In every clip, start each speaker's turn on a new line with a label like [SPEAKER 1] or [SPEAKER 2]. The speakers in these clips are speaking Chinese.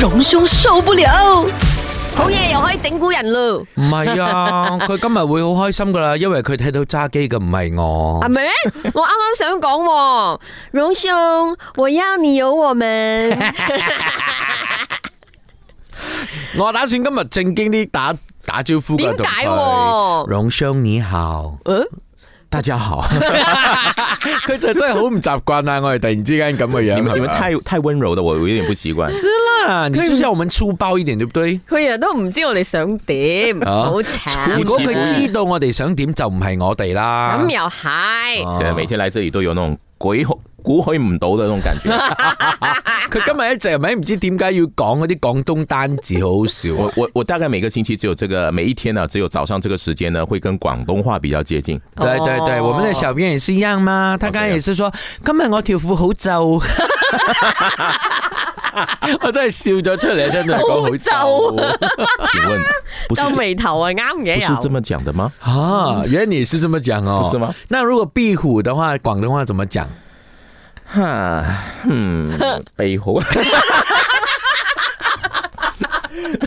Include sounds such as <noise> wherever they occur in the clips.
[SPEAKER 1] 榮兄受不了。
[SPEAKER 2] 好嘢，又可以整蠱人咯，
[SPEAKER 3] 唔係啊，佢今日會好開心噶啦，因為佢睇到揸機嘅唔係我
[SPEAKER 2] 係。啊咪咧？我啱啱想講喎，榮兄，我要你有我們。
[SPEAKER 3] 我打算今日正經啲打打招呼嘅，
[SPEAKER 2] 點解
[SPEAKER 3] 同
[SPEAKER 2] 喎
[SPEAKER 3] 佢榮兄你好，
[SPEAKER 2] 嗯
[SPEAKER 4] 大家好，
[SPEAKER 3] 佢就真係好唔習慣啊！我哋突然之間咁嘅樣，
[SPEAKER 4] <laughs> 你 <laughs> 们你
[SPEAKER 3] 係
[SPEAKER 4] 们
[SPEAKER 3] 咪
[SPEAKER 4] 太太温柔的，我有一点不习惯。
[SPEAKER 3] 啊你就是要我們粗暴一點，對不對？
[SPEAKER 2] 佢日都唔知我哋想點，
[SPEAKER 3] 啊
[SPEAKER 2] 好慘。
[SPEAKER 3] 如果佢知道我哋想點，就唔係我哋啦。
[SPEAKER 2] 咁又係，
[SPEAKER 3] 啊
[SPEAKER 4] 对，每天来这里都有那种鬼吼古回唔到的那種 <laughs> 感覺。
[SPEAKER 3] 佢今日一直咪唔知點解要講嗰啲廣東單字，好好笑。啊
[SPEAKER 4] 我我我大概每個星期只有這個，每一天呢、只有早上這個時間呢，會跟廣東話比較接近。
[SPEAKER 3] 對對對，
[SPEAKER 2] 哦
[SPEAKER 3] 我們的小編也是一樣嘛，他剛才也是說今日我條褲好皺，我真係笑咗出嚟，真係講好皺
[SPEAKER 4] 請 <laughs> 問，不是
[SPEAKER 2] 皺眉頭啊，啱
[SPEAKER 4] 不是這
[SPEAKER 2] 嘅又。
[SPEAKER 4] 麼講的嗎？
[SPEAKER 3] <laughs> 啊！原來你是這麼講哦，
[SPEAKER 4] 不是嗎？
[SPEAKER 3] 那如果壁虎的話，廣東話怎麼講？
[SPEAKER 4] 哈， <laughs> 嗯， <laughs> 背後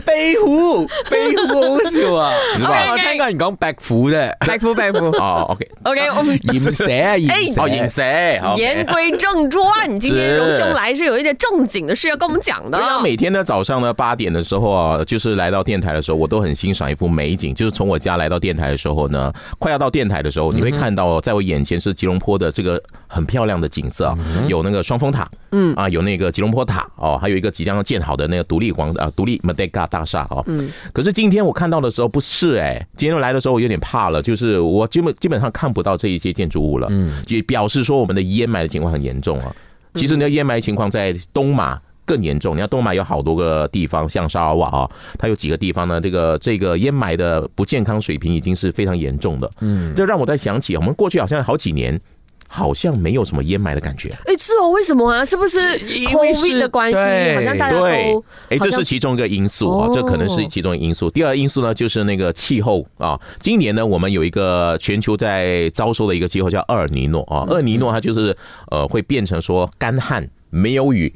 [SPEAKER 3] 壁虎，壁虎好笑啊！
[SPEAKER 2] OK，OK
[SPEAKER 3] 我聽過人講壁虎啫，
[SPEAKER 2] 白虎白虎
[SPEAKER 4] 哦，OK，
[SPEAKER 2] ，OK，我們
[SPEAKER 3] <laughs> 鹽蛇啊，鹽蛇，
[SPEAKER 4] 哦， <laughs> 影射，好
[SPEAKER 2] 言
[SPEAKER 4] ，OK。
[SPEAKER 2] 歸正傳，今天
[SPEAKER 4] 是啊
[SPEAKER 2] 榮兄來是有一件正經的事要跟我們講
[SPEAKER 4] 所以他
[SPEAKER 2] 的。
[SPEAKER 4] 每天呢早上呢八點的時候啊，就是來到電台的時候，我都很欣賞一幅美景。就是從我家來到電台的時候呢，快要到電台的時候，你會看到在我眼前是吉隆坡的這個很漂亮的景色啊，有那個雙峰塔，嗯啊，有那個吉隆坡塔哦，還有一個即將要建好的那個獨立广啊獨立 Merdeka 大廈哦。嗯，可是今天我看到的時候不是哎、今天來的時候我有點怕了，就是我基本基本上看不到這一些建築物了，嗯，也表示说我们的淹埋的情況很嚴重啊。其實呢，淹埋情況在東馬更嚴重。你看東馬有好多個地方，像沙拉瓦啊，它有幾個地方呢，這個这个淹埋的不健康水平已經是非常嚴重的。嗯，这讓我在想起我們過去好像好幾年，好像沒有什麼淹埋的感覺。
[SPEAKER 2] 哎，是哦，為什麼啊？是不是
[SPEAKER 3] 因為是
[SPEAKER 2] COVID 的關係？
[SPEAKER 3] 對
[SPEAKER 2] 好像大家
[SPEAKER 4] 對
[SPEAKER 2] 都，
[SPEAKER 4] 哎，
[SPEAKER 2] 好
[SPEAKER 4] 這
[SPEAKER 2] 像
[SPEAKER 4] 是其中一個因素啊，
[SPEAKER 2] 哦
[SPEAKER 4] 这可能是其中一個因素。第二個因素呢，就是那個氣候啊。今年呢，我們有一個全球在遭受的一個氣候叫厄爾尼諾啊，厄爾尼諾它就是呃會變成說乾旱沒有雨。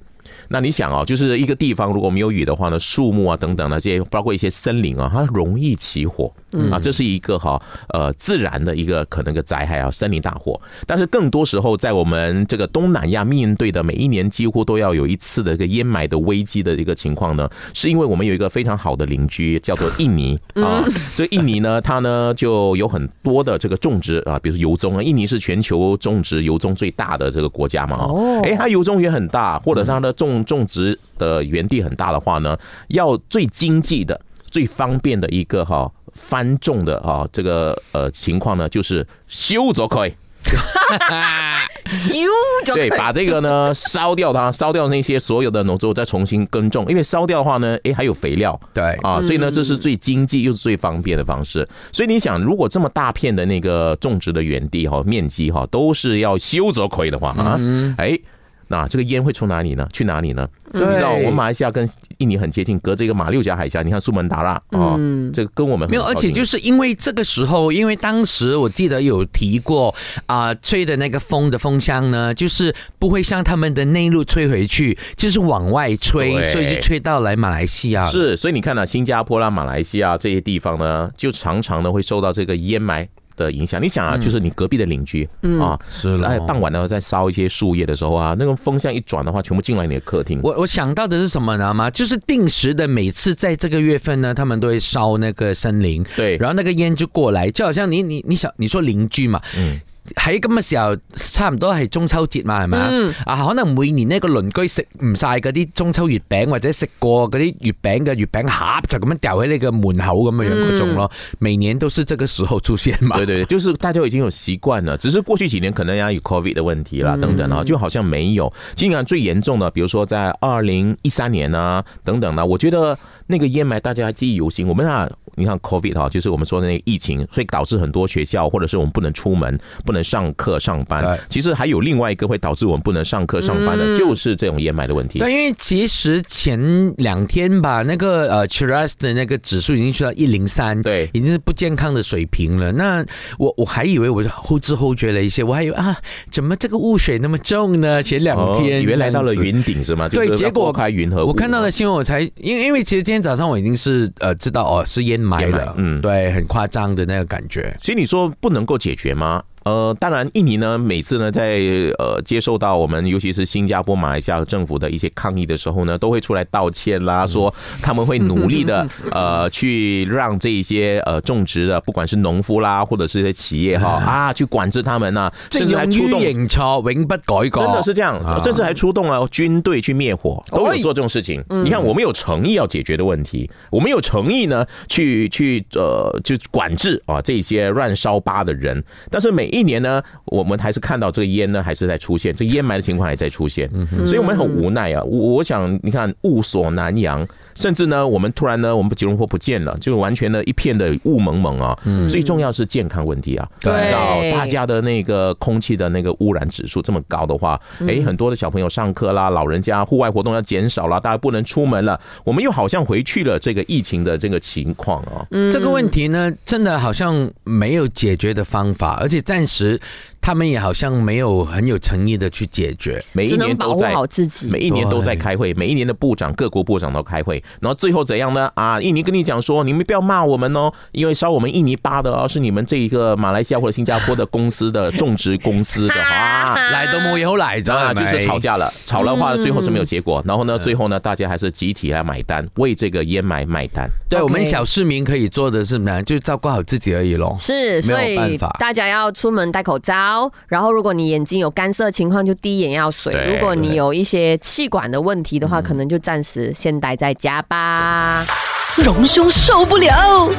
[SPEAKER 4] 那你想啊，就是一個地方如果沒有雨的話呢，樹木啊等等呢，这些包括一些森林啊，它容易起火啊，这是一个哈呃自然的一个可能个灾害啊，森林大火。但是更多时候，在我们这个东南亚面对的每一年几乎都要有一次的这个淹埋的危机的一个情况呢，是因为我们有一个非常好的邻居叫做印尼啊，所以印尼呢，它呢就有很多的这个种植啊，比如说油棕啊，印尼是全球种植油棕最大的这个国家嘛啊，
[SPEAKER 2] 哦
[SPEAKER 4] 哎，它油棕园很大，或者是它的种种植的园地很大的话呢，要最经济的、最方便的一个哈、翻种的啊这个呃情况呢，就是修咗佢。
[SPEAKER 3] <laughs>
[SPEAKER 2] 丟咗
[SPEAKER 4] 对，
[SPEAKER 2] 佢
[SPEAKER 4] 把这个呢烧掉它，烧掉那些所有的农作物，再重新耕种。因为烧掉的话呢，诶，还有肥料
[SPEAKER 3] 对
[SPEAKER 4] 啊，所以呢，这
[SPEAKER 3] 嗯
[SPEAKER 4] 是最经济又是最方便的方式。所以你想，如果这么大片的那个种植的园地哈，面积哈，都是要修则亏的话啊，哎。那这个烟会从哪里呢？去哪里呢？你
[SPEAKER 3] 嗯对
[SPEAKER 4] 知道，我们马来西亚跟印尼很接近，隔着一个马六甲海峡。你看苏门答腊啊，这个跟我们很
[SPEAKER 3] 嗯没有，而
[SPEAKER 4] 靠
[SPEAKER 3] 且
[SPEAKER 4] 近
[SPEAKER 3] 就是因为这个时候，因为当时我记得有提过啊、吹的那个风的风箱呢，就是不会向他们的内陆吹回去，就是往外吹，
[SPEAKER 4] 对
[SPEAKER 3] 所以就吹到来马来西亚了。
[SPEAKER 4] 是，所以你看呢、新加坡啦、马来西亚这些地方呢，就常常呢会受到这个烟霾。的影响，你想啊，
[SPEAKER 3] 嗯
[SPEAKER 4] 就是你隔壁的邻居、啊，
[SPEAKER 3] 是咯
[SPEAKER 4] 在傍晚呢，在烧一些树叶的时候啊，那个风向一转的话，全部进来你的客厅。
[SPEAKER 3] 我我想到的是什么呢吗？就是定时的，每次在这个月份呢，他们都会烧那个森林，
[SPEAKER 4] 对
[SPEAKER 3] 然后那个烟就过来，就好像你你你想你说邻居嘛，嗯。喺咁嘅時候，差唔多係中秋節嘛，係咪啊？
[SPEAKER 4] 嗯
[SPEAKER 3] 啊，可能每年呢個鄰居食唔晒嗰啲中秋月餅，或者食過嗰啲月餅嘅月餅盒，就咁樣掉喺你嘅門口咁樣樣嗰種咯。每年都是這個時候出現嘛。
[SPEAKER 4] 嗯对对，就是大家已经有习惯了，只是过去几年可能要有 COVID 的问题啦，等等
[SPEAKER 3] 嗯
[SPEAKER 4] 啊，就好像没有。竟然最严重的，比如说在二零一三年啊等等呢、我觉得那个烟霾大家还记忆犹新。我们啊，你看 COVID 哈，就是我们说的那个疫情，所以导致很多学校或者是我们不能出门、不能上课、上班
[SPEAKER 3] 对。嗯
[SPEAKER 4] 其实还有另外一个会导致我们不能上课、上班的，就是这种烟霾的问题。
[SPEAKER 3] 对，因为其实前两天吧，那个呃 Chiras 的那个指数已经去到一零三，
[SPEAKER 4] 对
[SPEAKER 3] 已经是不健康的水平了。那我我还以为我后知后觉了一些，我还以为啊，怎么这个雾水那么重呢？前两
[SPEAKER 4] 哦
[SPEAKER 3] 天、
[SPEAKER 4] 原来到了
[SPEAKER 3] 这样子。
[SPEAKER 4] 云顶是吗？
[SPEAKER 3] 对
[SPEAKER 4] 就是要
[SPEAKER 3] 结果
[SPEAKER 4] 拨开云和雾啊
[SPEAKER 3] 我看到了新闻，我才因为因为其实今天早上我已经是呃知道哦是烟霾
[SPEAKER 4] 烟霾
[SPEAKER 3] 了，
[SPEAKER 4] 嗯
[SPEAKER 3] 对，很夸张的那个感觉。
[SPEAKER 4] 所以你说不能够解决吗？呃，当然，印尼呢，每次呢，在呃接受到我们，尤其是新加坡、马来西亚政府的一些抗议的时候呢，都会出来道歉
[SPEAKER 3] 嗯
[SPEAKER 4] 啦，说他们会努
[SPEAKER 3] <laughs>
[SPEAKER 4] 力的呃去让这一些呃种植的，呃不管是农夫啦，或者是一些企业
[SPEAKER 3] 嗯
[SPEAKER 4] 哈啊，去管制他们呐、甚至还
[SPEAKER 3] 即
[SPEAKER 4] 出
[SPEAKER 3] 勇
[SPEAKER 4] 动
[SPEAKER 3] 于认错，永不改過。
[SPEAKER 4] 真的是这样
[SPEAKER 3] 啊，
[SPEAKER 4] 甚至还出动了军队去灭火，都有做这种事情。你看，我们有诚意要解决的问题，我们有诚意呢，去去呃，去管制啊这些乱烧吧的人。但是每一年呢，我们还是看到这个烟呢，还是在出现，这烟霾的情况还在出现，所以我们很无奈啊。我我想，你看雾锁南洋，甚至呢，我们突然呢，我们吉隆坡不见了，就完全呢一片的雾蒙蒙啊。最重要是健康问题啊，
[SPEAKER 3] 对
[SPEAKER 4] 你知道
[SPEAKER 2] 对
[SPEAKER 4] 大家的那个空气的那个污染指数这么高的话，
[SPEAKER 2] 嗯
[SPEAKER 4] 诶，很多的小朋友上课啦，老人家户外活动要减少啦，大家不能出门了，我们又好像回去了这个疫情的这个情况啊、
[SPEAKER 2] 嗯
[SPEAKER 4] 哦。
[SPEAKER 3] 这个问题呢，真的好像没有解决的方法，而且暂时他们也好像没有很有诚意的去解决。
[SPEAKER 4] 每一
[SPEAKER 2] 只能
[SPEAKER 4] 年
[SPEAKER 2] 保
[SPEAKER 4] 都
[SPEAKER 2] 护
[SPEAKER 4] 在
[SPEAKER 2] 好自己。
[SPEAKER 4] 每一年都在开会，每一年的部长、各国部长都开会，然后最后怎样呢？啊，印尼跟你讲说，你们不要骂我们哦，因为烧我们印尼巴的哦，是你们这一个马来西亚或者新加坡的公司的种植公
[SPEAKER 2] <laughs>
[SPEAKER 4] 司的啊。
[SPEAKER 3] <laughs> 来都冇有来咗，
[SPEAKER 4] 啊，
[SPEAKER 3] 係咪
[SPEAKER 4] 就是吵。架了，吵了话最后是没有结果。然后呢，最后呢，大家还是集体来买单，为这个烟霾买单。
[SPEAKER 3] 对
[SPEAKER 2] OK
[SPEAKER 3] 我们小市民可以做的是什么呢？就照顾好自己而已咯。
[SPEAKER 2] 是，所
[SPEAKER 3] 没有办
[SPEAKER 2] 以
[SPEAKER 3] 法
[SPEAKER 2] 大家要出门戴口罩。然后，如果你眼睛有干涩情况，就滴眼药水；
[SPEAKER 4] 对
[SPEAKER 2] 如果你有一些气管的问题的话，可能就暂时先待在家吧。
[SPEAKER 1] 隆兄受不了。